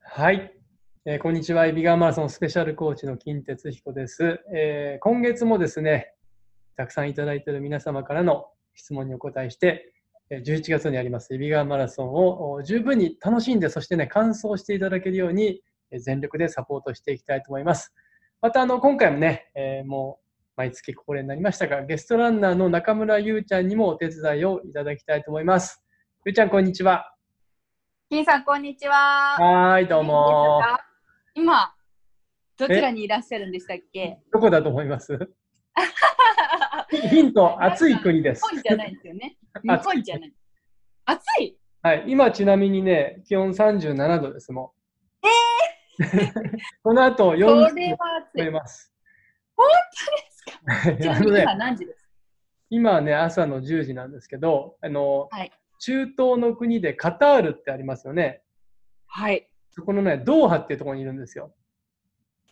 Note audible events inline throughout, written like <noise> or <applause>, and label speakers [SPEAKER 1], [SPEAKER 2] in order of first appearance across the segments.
[SPEAKER 1] はい、えーこんにちは、エビガーマラソンスペシャルコーチの金哲彦です、えー今月もですね、たくさんいただいている皆様からの質問にお答えして、えー11月にありますエビガーマラソンをお十分に楽しんで、そしてね、完走していただけるように、えー全力でサポートしていきたいと思います。また、あの、今回もね、えーもう毎月恒例になりましたが、ゲストランナーの中村ゆうちゃんにもお手伝いをいただきたいと思います。ゆうちゃん、こんにちは。
[SPEAKER 2] 金さん、こんにちは。
[SPEAKER 1] はーい、どうも
[SPEAKER 2] 元気ですか今、どちらにいらっしゃるんでしたっけ
[SPEAKER 1] どこだと思いますヒント、暑い国で
[SPEAKER 2] 日
[SPEAKER 1] す。
[SPEAKER 2] 本じゃないですよね。日
[SPEAKER 1] 暑い
[SPEAKER 2] 本じゃない。暑い
[SPEAKER 1] <laughs> はい、今ちなみにね、気温37度です、もう。 <laughs> この後
[SPEAKER 2] これは
[SPEAKER 1] 40度超
[SPEAKER 2] 暑
[SPEAKER 1] え
[SPEAKER 2] い。
[SPEAKER 1] ます。
[SPEAKER 2] 本
[SPEAKER 1] 当で
[SPEAKER 2] ち
[SPEAKER 1] すか
[SPEAKER 2] な
[SPEAKER 1] あの
[SPEAKER 2] みに
[SPEAKER 1] ね
[SPEAKER 2] 今、何時です
[SPEAKER 1] 今ね、朝の10時なんですけど、あの、
[SPEAKER 2] はい
[SPEAKER 1] 中東の国でカタールってありますよね。
[SPEAKER 2] はい。
[SPEAKER 1] そこのね、ドーハっていうところにいるんですよ。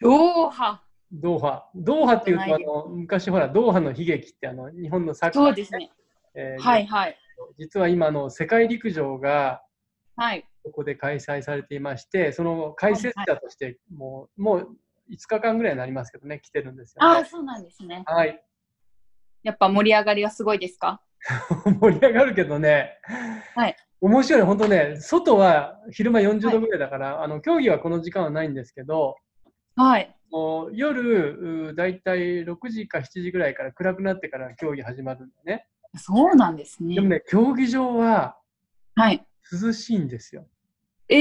[SPEAKER 2] ドーハ。
[SPEAKER 1] ドーハ。ドーハっていうと、
[SPEAKER 2] ない
[SPEAKER 1] あの昔ほら、ドーハの悲劇ってあの、日本のサッカー、
[SPEAKER 2] そうですね。
[SPEAKER 1] えー
[SPEAKER 2] はいはい。
[SPEAKER 1] 実は今あの世界陸上が、
[SPEAKER 2] はい。
[SPEAKER 1] ここで開催されていまして、その解説者としてもう,、もう5日間ぐらいになりますけどね、来てるんですよ、
[SPEAKER 2] あ
[SPEAKER 1] ね
[SPEAKER 2] あ、。そうなんですね。
[SPEAKER 1] はい、
[SPEAKER 2] やっぱ盛り上がりはすごいですか
[SPEAKER 1] 盛り上がるけどね、
[SPEAKER 2] はい
[SPEAKER 1] 面白い、本当ね、外は昼間40度ぐらいだから、あの競技はこの時間はないんですけど、
[SPEAKER 2] はい。
[SPEAKER 1] もう夜、うだいたい6時か7時ぐらいから暗くなってから競技始まるんだよね。
[SPEAKER 2] そうなんです
[SPEAKER 1] でも
[SPEAKER 2] ね。
[SPEAKER 1] ね、競技場は
[SPEAKER 2] はい。
[SPEAKER 1] 涼しいんですよ。
[SPEAKER 2] え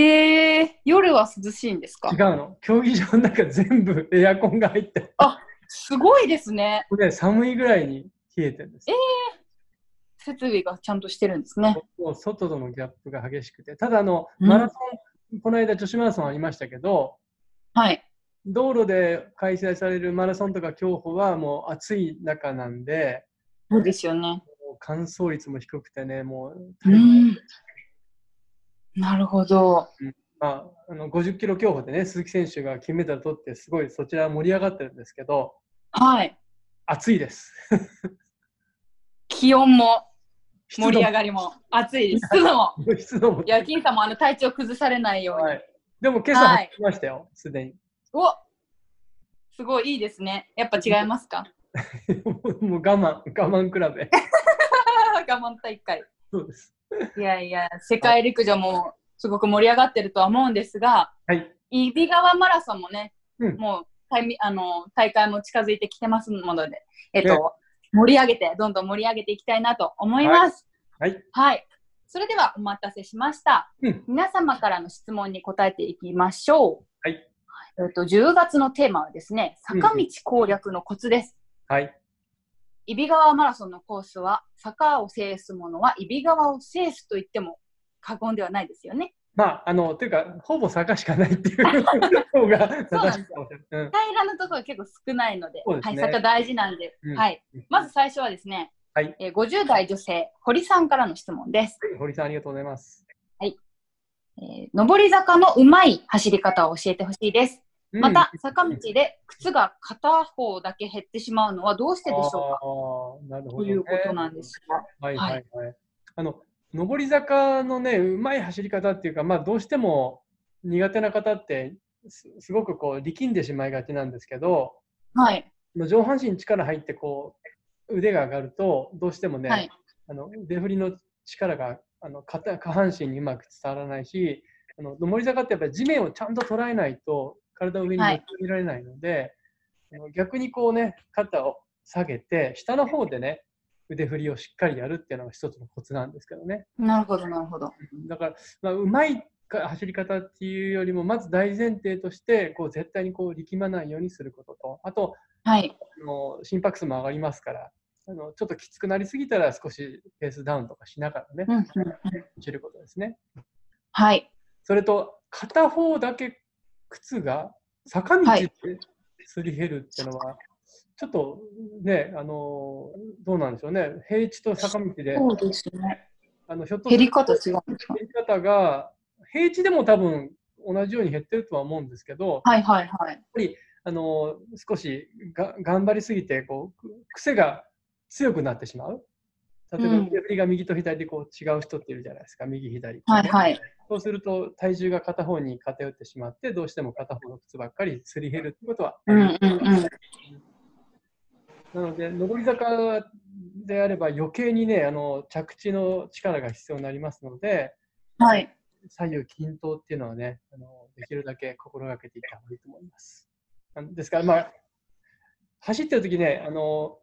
[SPEAKER 2] ー、夜は涼しいんですか
[SPEAKER 1] 違うの、競技場の中全部エアコンが入って、
[SPEAKER 2] すごいですね。
[SPEAKER 1] これね寒いぐらいに冷えてるんですよ
[SPEAKER 2] 設備がちゃんとしてるんですね。
[SPEAKER 1] もう外とのギャップが激しくて、ただあの、
[SPEAKER 2] うん
[SPEAKER 1] マラソン、この間女子マラソンありましたけど、
[SPEAKER 2] はい。
[SPEAKER 1] 道路で開催されるマラソンとか競歩はもう暑い中なんで、
[SPEAKER 2] そうですよね。
[SPEAKER 1] もう乾燥率も低くてね、もう、
[SPEAKER 2] うん。なるほど。
[SPEAKER 1] まあ、あの50キロ競歩でね、鈴木選手が金メダル取って、すごいそちら盛り上がってるんですけど、
[SPEAKER 2] はい。
[SPEAKER 1] 暑いです。 <laughs>
[SPEAKER 2] 気温も盛り上
[SPEAKER 1] が
[SPEAKER 2] がりも暑い
[SPEAKER 1] <laughs>
[SPEAKER 2] です。湿度も。
[SPEAKER 1] る。湿度も
[SPEAKER 2] いや、金さんもあの体調崩されないように。
[SPEAKER 1] はい。でも今朝
[SPEAKER 2] はい
[SPEAKER 1] 走りましたよ、すでに。 <laughs>
[SPEAKER 2] おすごいいいですね。やっぱ違いますか <laughs>
[SPEAKER 1] もう我慢、我慢比べ。
[SPEAKER 2] 我慢大会。
[SPEAKER 1] そうです。
[SPEAKER 2] いやいや、世界陸上もすごく盛り上がってるとは思うんですが、
[SPEAKER 1] はい。
[SPEAKER 2] 揖斐川マラソンもね、
[SPEAKER 1] うん
[SPEAKER 2] もうタイミあの大会も近づいてきてますもので、えっ
[SPEAKER 1] ね
[SPEAKER 2] と、盛り上げて、どんどん盛り上げていきたいなと思います。
[SPEAKER 1] はい。
[SPEAKER 2] はい。それではお待たせしました。
[SPEAKER 1] うん
[SPEAKER 2] 皆様からの質問に答えていきましょう。
[SPEAKER 1] はい。
[SPEAKER 2] えっと、10月のテーマはですね、坂道攻略のコツです。
[SPEAKER 1] はい。
[SPEAKER 2] 揖斐川マラソンのコースは、坂を制すものは揖斐川を制すと言っても過言ではないですよね。
[SPEAKER 1] まあ、あの、というか、ほぼ坂しかないっていう
[SPEAKER 2] <laughs>
[SPEAKER 1] 方が正しいかもしれない。うん。
[SPEAKER 2] 平らなところが結構少ないので、
[SPEAKER 1] そうです
[SPEAKER 2] はい、
[SPEAKER 1] ね
[SPEAKER 2] 坂大事なんで、
[SPEAKER 1] うん
[SPEAKER 2] はい。まず最初はですね、
[SPEAKER 1] はい
[SPEAKER 2] えー50代女性、堀さんからの質問です。
[SPEAKER 1] 堀さん、ありがとうございます。
[SPEAKER 2] えー上り坂のうまい走り方を教えてほしいです。
[SPEAKER 1] うん
[SPEAKER 2] また、坂道で靴が片方だけ減ってしまうのはどうしてでしょうか
[SPEAKER 1] ああ、なるほ
[SPEAKER 2] と
[SPEAKER 1] ど、ね。
[SPEAKER 2] いうことなんですが、
[SPEAKER 1] はいはいはい。あの、上り坂のね、うまい走り方っていうか、まあ、どうしても苦手な方って、すすごくこう、力んでしまいがちなんですけど、
[SPEAKER 2] はい、
[SPEAKER 1] もう上半身に力入って、こう、腕が上がると、どうしてもね、
[SPEAKER 2] はい、
[SPEAKER 1] あの腕振りの力があの肩下半身にうまく伝わらないしあの上り坂ってやっぱり地面をちゃんと捉えないと体を上に
[SPEAKER 2] は
[SPEAKER 1] 乗
[SPEAKER 2] い
[SPEAKER 1] り上げられないので、あの逆にこうね肩を下げて下の方でね腕振りをしっかりやるっていうのが一つのコツなんですけどね
[SPEAKER 2] なるほど、なるほど。
[SPEAKER 1] だから、まあ、うまいか走り方っていうよりもまず大前提としてこう絶対にこう力まないようにすることとあと
[SPEAKER 2] はい、
[SPEAKER 1] あの心拍数も上がりますからあのちょっときつくなりすぎたら少しペースダウンとかしながらね
[SPEAKER 2] うんうん
[SPEAKER 1] 知ることですね。
[SPEAKER 2] はい、
[SPEAKER 1] それと、片方だけ靴が坂道
[SPEAKER 2] はい
[SPEAKER 1] ですり減るってのは、ちょっとね、あのーどうなんでしょうね、平地と坂道で、
[SPEAKER 2] そうですね。
[SPEAKER 1] あのひょっとす
[SPEAKER 2] 減
[SPEAKER 1] る
[SPEAKER 2] り
[SPEAKER 1] と
[SPEAKER 2] 方違うんですか
[SPEAKER 1] 減り方が、平地でも多分同じように減ってるとは思うんですけど、
[SPEAKER 2] はい、はい、はい。
[SPEAKER 1] あのー少しが頑張りすぎてこう、く癖が強くなってしまう。例えば
[SPEAKER 2] うん
[SPEAKER 1] 腕振りが右と左でこう違う人っているじゃないですか、右左、
[SPEAKER 2] はいはい。
[SPEAKER 1] そうすると体重が片方に偏ってしまって、どうしても片方の靴ばっかりすり減るってことはあ
[SPEAKER 2] う
[SPEAKER 1] り
[SPEAKER 2] ん
[SPEAKER 1] ます
[SPEAKER 2] うんうん。
[SPEAKER 1] なので、上り坂であれば余計にね、あの着地の力が必要になりますので、
[SPEAKER 2] はい。
[SPEAKER 1] 左右均等っていうのはね、あのできるだけ心がけていった方がいいと思います。なんですから、まあ、走ってる時ね、あの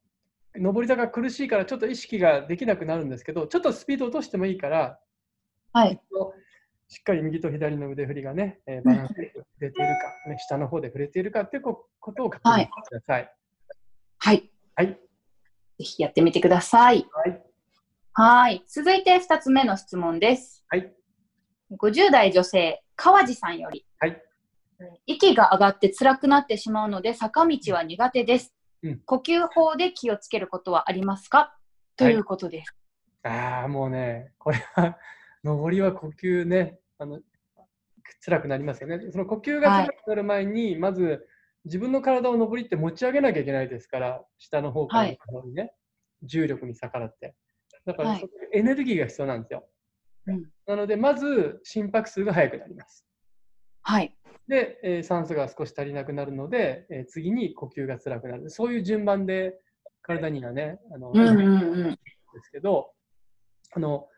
[SPEAKER 1] 上り坂苦しいからちょっと意識ができなくなるんですけど、ちょっとスピード落としてもいいから、
[SPEAKER 2] はい。
[SPEAKER 1] しっかり右と左の腕振りがね、えーバランスよく触れているか、ね、下の方で触れているかっていうこことを確認してください。
[SPEAKER 2] はい。
[SPEAKER 1] はい。
[SPEAKER 2] ぜひやってみてください。
[SPEAKER 1] はい。
[SPEAKER 2] はい。続いて2つ目の質問です。
[SPEAKER 1] はい。
[SPEAKER 2] 50代女性、川地さんより。
[SPEAKER 1] はい。
[SPEAKER 2] 息が上がって辛くなってしまうので、坂道は苦手です。
[SPEAKER 1] うん
[SPEAKER 2] 呼吸法で気をつけることはありますかということです。
[SPEAKER 1] ああ、もうね、これは、上りは呼吸ね、あの、辛くなりますよね。その呼吸が辛くなる前に、まず自分の体を上りって持ち上げなきゃいけないですから、下の方から
[SPEAKER 2] はい
[SPEAKER 1] 上にね、重力に逆らって。だから、
[SPEAKER 2] はい
[SPEAKER 1] そこでエネルギーが必要なんですよ。
[SPEAKER 2] うん
[SPEAKER 1] なので、まず心拍数が速くなります。
[SPEAKER 2] はい。
[SPEAKER 1] で、えー酸素が少し足りなくなるので、えー次に呼吸が辛くなる。そういう順番で体にはね、あの、
[SPEAKER 2] うんうんうん。
[SPEAKER 1] ですけど、あの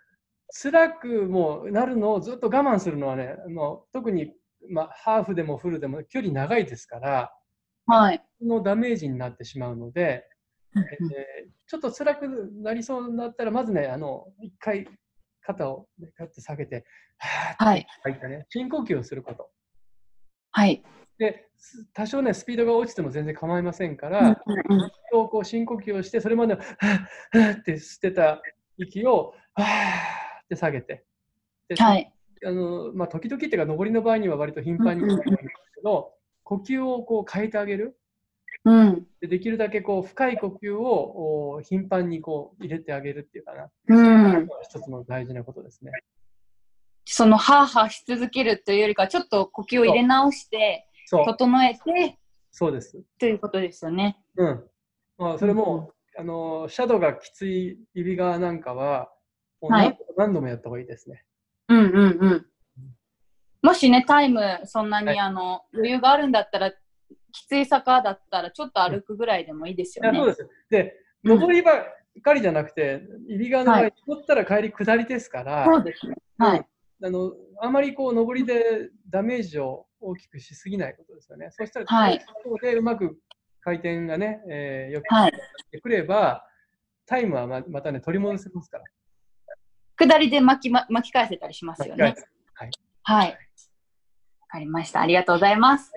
[SPEAKER 1] 辛くもうなるのをずっと我慢するのはね、もう特に、まあ、ハーフでもフルでも距離長いですから、
[SPEAKER 2] はい。
[SPEAKER 1] のダメージになってしまうので、
[SPEAKER 2] うん
[SPEAKER 1] えーちょっと辛くなりそうになったら、まずね、あの一回肩をねガッて下げて、はーっ
[SPEAKER 2] はい。
[SPEAKER 1] て入ったね、深呼吸をすること。
[SPEAKER 2] はい。
[SPEAKER 1] で、す多少ね、スピードが落ちても全然構いませんか
[SPEAKER 2] うん
[SPEAKER 1] ら、
[SPEAKER 2] うんうん
[SPEAKER 1] をこう深呼吸をして、それまではぁはぁって吸ってた息をはぁって下げて、で
[SPEAKER 2] はい。
[SPEAKER 1] あのまあ、時々っていうか、上りの場合には割と頻繁に
[SPEAKER 2] うん
[SPEAKER 1] な
[SPEAKER 2] うんうん
[SPEAKER 1] るんですけど、呼吸をこう変えてあげる、
[SPEAKER 2] うん。
[SPEAKER 1] でできるだけこう深い呼吸をお頻繁にこう入れてあげるっていうかな、
[SPEAKER 2] うん。
[SPEAKER 1] 一つの大事なことですね。
[SPEAKER 2] その、ハーハーし続けるというよりかは、ちょっと呼吸を入れ直して、
[SPEAKER 1] そう
[SPEAKER 2] 整えて、
[SPEAKER 1] そうです。
[SPEAKER 2] ということですよね。
[SPEAKER 1] うんまあ、それ
[SPEAKER 2] うん
[SPEAKER 1] も、あのシャドウがきつい指側なんかは、もう
[SPEAKER 2] はい
[SPEAKER 1] 何度も何度もやった方がいいですね。
[SPEAKER 2] うんうんうん。もしね、タイム、そんなに、
[SPEAKER 1] はい
[SPEAKER 2] あの、余裕があるんだったら、きつい坂だったら、ちょっと歩くぐらいでもいいです
[SPEAKER 1] い
[SPEAKER 2] よ
[SPEAKER 1] や
[SPEAKER 2] ね。
[SPEAKER 1] そうです。で、
[SPEAKER 2] うん
[SPEAKER 1] 上りばっかりじゃなくて、入り側の場合、
[SPEAKER 2] はい
[SPEAKER 1] 登ったら帰り下りですから、
[SPEAKER 2] そうですね。はい。
[SPEAKER 1] あのあまりこう上りでダメージを大きくしすぎないことですよね。そうしたら、
[SPEAKER 2] はい
[SPEAKER 1] そこでうまく回転がね、えーよくな
[SPEAKER 2] はい。
[SPEAKER 1] ってくれば、タイムはままたね、取り戻せますから。
[SPEAKER 2] 下りで巻き、ま、巻き返せたりしますよね。はい。わかりました。ありがとうございます。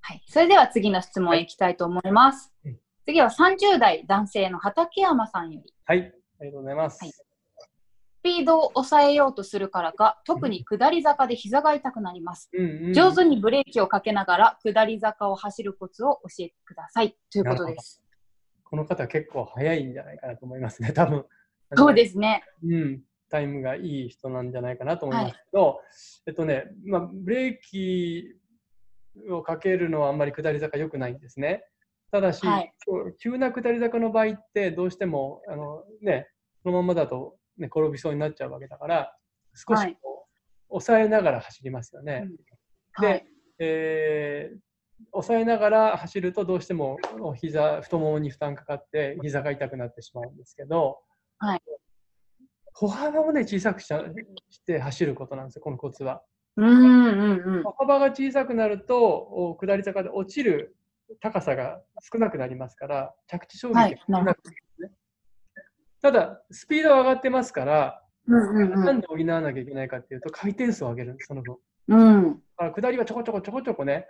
[SPEAKER 2] はい。それでは次の質問いきたいと思います
[SPEAKER 1] はい。
[SPEAKER 2] 次は30代男性の畠山さんより。
[SPEAKER 1] はい、ありがとうございます。
[SPEAKER 2] はいスピードを抑えようとするからか、特に下り坂で膝が痛くなります。
[SPEAKER 1] うんうん、
[SPEAKER 2] 上手にブレーキをかけながら下り坂を走るコツを教えてくださいということです。
[SPEAKER 1] この方結構早いんじゃないかなと思いますね、 <laughs> 多分。
[SPEAKER 2] そうですね。
[SPEAKER 1] うん、タイムがいい人なんじゃないかなと思いますけど、えっとね、まあ、ブレーキをかけるのはあんまり下り坂良くないんですね。ただし、
[SPEAKER 2] はい
[SPEAKER 1] そう急な下り坂の場合って、どうしても、あのね、そのままだと、ね、転びそうになっちゃうわけだから、少
[SPEAKER 2] は
[SPEAKER 1] し
[SPEAKER 2] い
[SPEAKER 1] こう、抑えながら走りますよね。
[SPEAKER 2] う
[SPEAKER 1] で
[SPEAKER 2] んはい。
[SPEAKER 1] えー抑えながら走るとどうしてもお膝太ももに負担かかって膝が痛くなってしまうんですけど、
[SPEAKER 2] はい
[SPEAKER 1] 歩幅をね小さくしちゃして走ることなんですよこのコツは
[SPEAKER 2] うんうんうん
[SPEAKER 1] 歩。幅が小さくなるとお下り坂で落ちる高さが少なくなりますから着地衝撃が少なくなるんですね、ただスピードは上がってますから、
[SPEAKER 2] うんう
[SPEAKER 1] なん
[SPEAKER 2] ん
[SPEAKER 1] で補わなきゃいけないかっていうと回転数を上げるんですその分
[SPEAKER 2] うん。うん。
[SPEAKER 1] だから下りはちょこちょこちょこちょこね、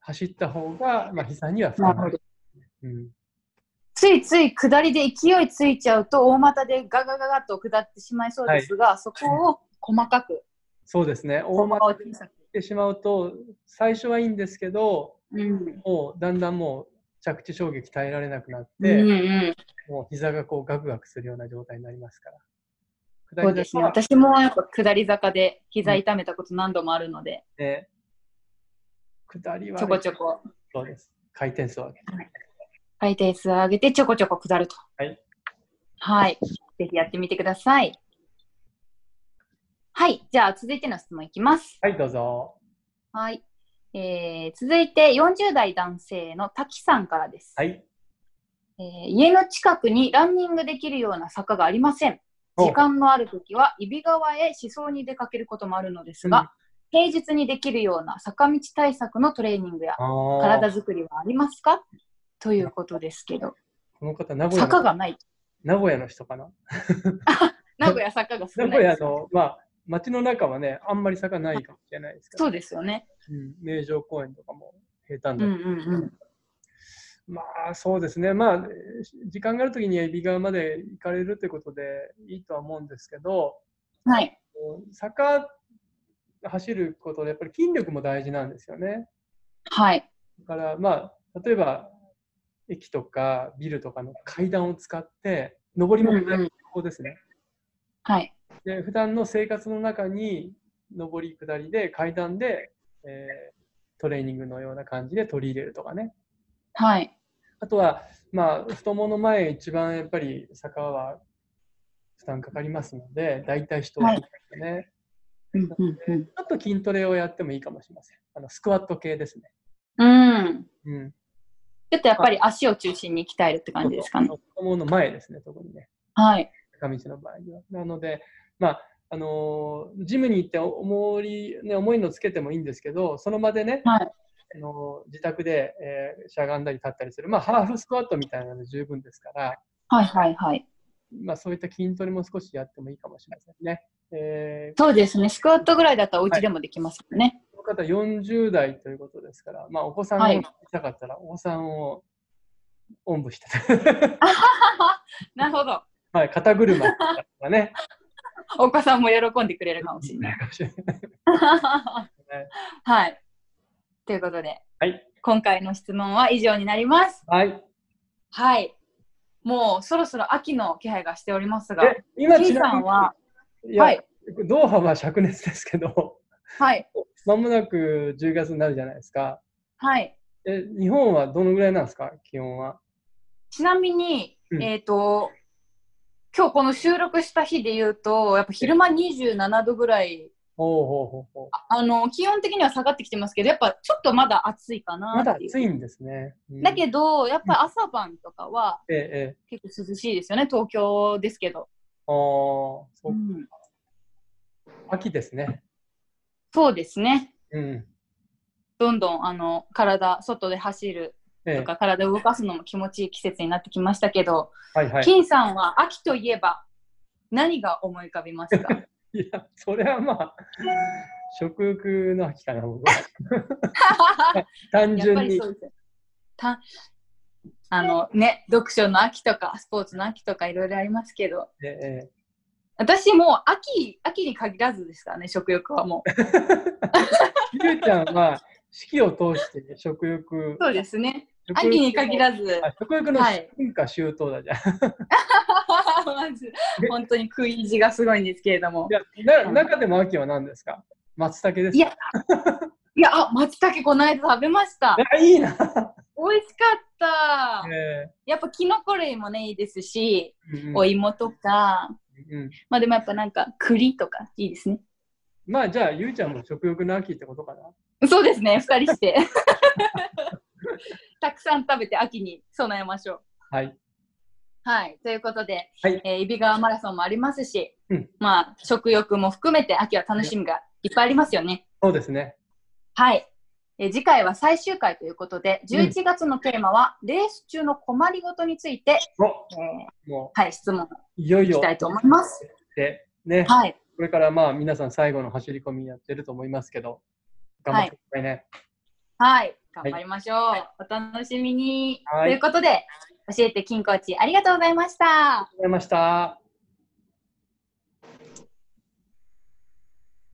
[SPEAKER 1] 走った方が、まあ、膝には負
[SPEAKER 2] な
[SPEAKER 1] 担
[SPEAKER 2] るほど。
[SPEAKER 1] うん、
[SPEAKER 2] ついつい下りで勢いついちゃうと大股でガガガガと下ってしまいそうですが、そこを細かく、
[SPEAKER 1] そうですね、大回
[SPEAKER 2] 大股を小さく。
[SPEAKER 1] ってしまうと、最初はいいんですけど、
[SPEAKER 2] うん。
[SPEAKER 1] もうだんだんもう着地衝撃耐えられなくなっ
[SPEAKER 2] うん
[SPEAKER 1] て、
[SPEAKER 2] うん。
[SPEAKER 1] もう膝がこうガクガクするような状態になりますから。
[SPEAKER 2] そ
[SPEAKER 1] 下
[SPEAKER 2] う
[SPEAKER 1] り
[SPEAKER 2] です
[SPEAKER 1] 坂
[SPEAKER 2] ね。
[SPEAKER 1] は、
[SPEAKER 2] 私もやっぱ下り坂で膝痛めたこと何度もあるので、
[SPEAKER 1] ね、下りは
[SPEAKER 2] ち
[SPEAKER 1] ね、
[SPEAKER 2] ょこちょこ
[SPEAKER 1] そうです。回転数を上げる。
[SPEAKER 2] 回転数を上げてちょこちょこ下ると。
[SPEAKER 1] はい
[SPEAKER 2] はい。ぜひやってみてください。はい。じゃあ、続いての質問いきます。
[SPEAKER 1] はい、どうぞ。
[SPEAKER 2] はい。えー、続いて、40代男性の滝さんからです。
[SPEAKER 1] はい。
[SPEAKER 2] えー家の近くにランニングできるような坂がありません。
[SPEAKER 1] お
[SPEAKER 2] 時間のある時は、揖斐川へ思想に出かけることもあるのですが、平日にできるような坂道対策のトレーニングや
[SPEAKER 1] あー
[SPEAKER 2] 体づくりはありますかということですけど、
[SPEAKER 1] この方、名古屋
[SPEAKER 2] 坂
[SPEAKER 1] の
[SPEAKER 2] がない。
[SPEAKER 1] 名古屋の人かな。
[SPEAKER 2] 名古屋坂が少
[SPEAKER 1] 名
[SPEAKER 2] ない
[SPEAKER 1] 古
[SPEAKER 2] で
[SPEAKER 1] 屋
[SPEAKER 2] す。
[SPEAKER 1] の、まあ、街の中はね、あんまり坂ないかもしれないですけど、
[SPEAKER 2] そうですよね。
[SPEAKER 1] うん、名城公園とかも平坦
[SPEAKER 2] うんう
[SPEAKER 1] だ、
[SPEAKER 2] んうん。
[SPEAKER 1] まあ、そうですね。まあ、えー時間があるときに海老川まで行かれるということでいいとは思うんですけど、
[SPEAKER 2] はい。
[SPEAKER 1] こう坂走ることでやっぱり筋力も大事なんですよね。
[SPEAKER 2] はい。
[SPEAKER 1] だから、まあ、例えば、駅とかビルとかの階段を使って、上りも下りもここですね。
[SPEAKER 2] はい。
[SPEAKER 1] で普段の生活の中に上り下りで階段で、えートレーニングのような感じで取り入れるとかね
[SPEAKER 2] はい。
[SPEAKER 1] あとは、まあ、太ももの前一番やっぱり坂は負担かかりますので大体人を
[SPEAKER 2] は
[SPEAKER 1] ね、
[SPEAKER 2] いうんうんうん。
[SPEAKER 1] ちょっと筋トレをやってもいいかもしれませんあのスクワット系ですね、
[SPEAKER 2] うん。
[SPEAKER 1] うん、
[SPEAKER 2] ちょっとやっぱり足を中心に鍛えるって感じですかね。
[SPEAKER 1] 太ももの前ですね特にね
[SPEAKER 2] はい。
[SPEAKER 1] 坂道の場合には。なので、まああのージムに行って重り、ね、重いのつけてもいいんですけど、その場でね、
[SPEAKER 2] はい
[SPEAKER 1] あのー自宅で、えーしゃがんだり立ったりする、まあ、ハーフスクワットみたいなので十分ですから、
[SPEAKER 2] はいはいはい。
[SPEAKER 1] まあ、そういった筋トレも少しやってもいいかもしれませんね。え
[SPEAKER 2] そうですね。スクワットぐらいだったらお家でもできますよね。
[SPEAKER 1] ーこの方40代ということですから、まあ、お子さんが
[SPEAKER 2] はい
[SPEAKER 1] いたかったら、お子さんをおんぶして <laughs> た、
[SPEAKER 2] なるほど。
[SPEAKER 1] はい、肩車とか
[SPEAKER 2] <laughs>
[SPEAKER 1] ね、
[SPEAKER 2] お子さんも喜んでくれるかもしれ
[SPEAKER 1] <laughs>
[SPEAKER 2] ない。
[SPEAKER 1] かもしれない
[SPEAKER 2] はい。ということで、
[SPEAKER 1] はい
[SPEAKER 2] 今回の質問は以上になります。
[SPEAKER 1] はい、
[SPEAKER 2] はい。もうそろそろ秋の気配がしておりますが、
[SPEAKER 1] え今
[SPEAKER 2] T
[SPEAKER 1] ち
[SPEAKER 2] さ
[SPEAKER 1] なみ
[SPEAKER 2] ん
[SPEAKER 1] に
[SPEAKER 2] は、
[SPEAKER 1] いや
[SPEAKER 2] はい、
[SPEAKER 1] ドーハは灼熱ですけど、
[SPEAKER 2] はい、
[SPEAKER 1] まもなく10月になるじゃないですか。
[SPEAKER 2] はい。
[SPEAKER 1] え日本はどのぐらいなんですか、気温は。
[SPEAKER 2] ちなみに、
[SPEAKER 1] うん
[SPEAKER 2] えっ、と、今日この収録した日で言うと、やっぱ昼間27度ぐらい、
[SPEAKER 1] ほうほうほうほう。
[SPEAKER 2] あの、気温的には下がってきてますけど、やっぱちょっとまだ暑いかな
[SPEAKER 1] まだ
[SPEAKER 2] っていう。
[SPEAKER 1] 暑いんですね。うん
[SPEAKER 2] だけど、やっぱ朝晩とかは
[SPEAKER 1] ええええ、
[SPEAKER 2] 結構涼しいですよね、東京ですけど。
[SPEAKER 1] ああ、そう
[SPEAKER 2] うん
[SPEAKER 1] 秋ですね。
[SPEAKER 2] そうですね。
[SPEAKER 1] うん。
[SPEAKER 2] どんどんあの体、外で走る
[SPEAKER 1] ええ
[SPEAKER 2] とか、体を動かすのも気持ちいい季節になってきましたけど、
[SPEAKER 1] はいはい。
[SPEAKER 2] 金さんは秋といえば何が思い浮かびますか <laughs>
[SPEAKER 1] いや、それはまあ、食欲の秋かな、僕は。単
[SPEAKER 2] やっ
[SPEAKER 1] 純
[SPEAKER 2] ぱり
[SPEAKER 1] に
[SPEAKER 2] そ。うですよたあのね、読書の秋とか、スポーツの秋とかいろいろありますけど、
[SPEAKER 1] ええ
[SPEAKER 2] 私もう秋、秋に限らずですからね、食欲はもう。
[SPEAKER 1] ゆうちゃんは四季を通して食欲。
[SPEAKER 2] そうですね。
[SPEAKER 1] 食欲
[SPEAKER 2] 秋に限らず、
[SPEAKER 1] あ食欲の
[SPEAKER 2] はい
[SPEAKER 1] 春夏秋冬だじゃん。
[SPEAKER 2] <laughs> まず、本当に食い意地がすごいんですけれども
[SPEAKER 1] い。やな中でも秋は何ですか松茸ですか
[SPEAKER 2] いやいや、あ、松茸この間食べました。
[SPEAKER 1] あいいな、
[SPEAKER 2] 美味しかった。
[SPEAKER 1] え
[SPEAKER 2] やっぱキノコ類もね、いいですし、
[SPEAKER 1] ーうん
[SPEAKER 2] お芋とか、
[SPEAKER 1] うん、
[SPEAKER 2] まあでもやっぱなんか栗とかいいですね。
[SPEAKER 1] まあじゃあゆうちゃんも食欲の秋ってことかな
[SPEAKER 2] そうですね、二人して。 <laughs> たくさん食べて秋に備えましょう。
[SPEAKER 1] はい
[SPEAKER 2] はい、ということで、
[SPEAKER 1] はい
[SPEAKER 2] えー揖斐川マラソンもありますし、
[SPEAKER 1] うん
[SPEAKER 2] まあ食欲も含めて秋は楽しみがいっぱいありますよね。
[SPEAKER 1] そうですね
[SPEAKER 2] はい。えー次回は最終回ということで、
[SPEAKER 1] うん
[SPEAKER 2] 11月のテーマは、レース中の困りごとについて、
[SPEAKER 1] お
[SPEAKER 2] えー
[SPEAKER 1] も
[SPEAKER 2] はい、質問
[SPEAKER 1] ういよい
[SPEAKER 2] し
[SPEAKER 1] よ
[SPEAKER 2] たいと思います。
[SPEAKER 1] でね、
[SPEAKER 2] はい。
[SPEAKER 1] これからまあ皆さん最後の走り込みやってると思いますけど頑張ってくださいね
[SPEAKER 2] はい。頑張りましょう。お楽しみに。
[SPEAKER 1] はい
[SPEAKER 2] ということで、教えて金コーチありがとうございました。
[SPEAKER 1] ありがとうございました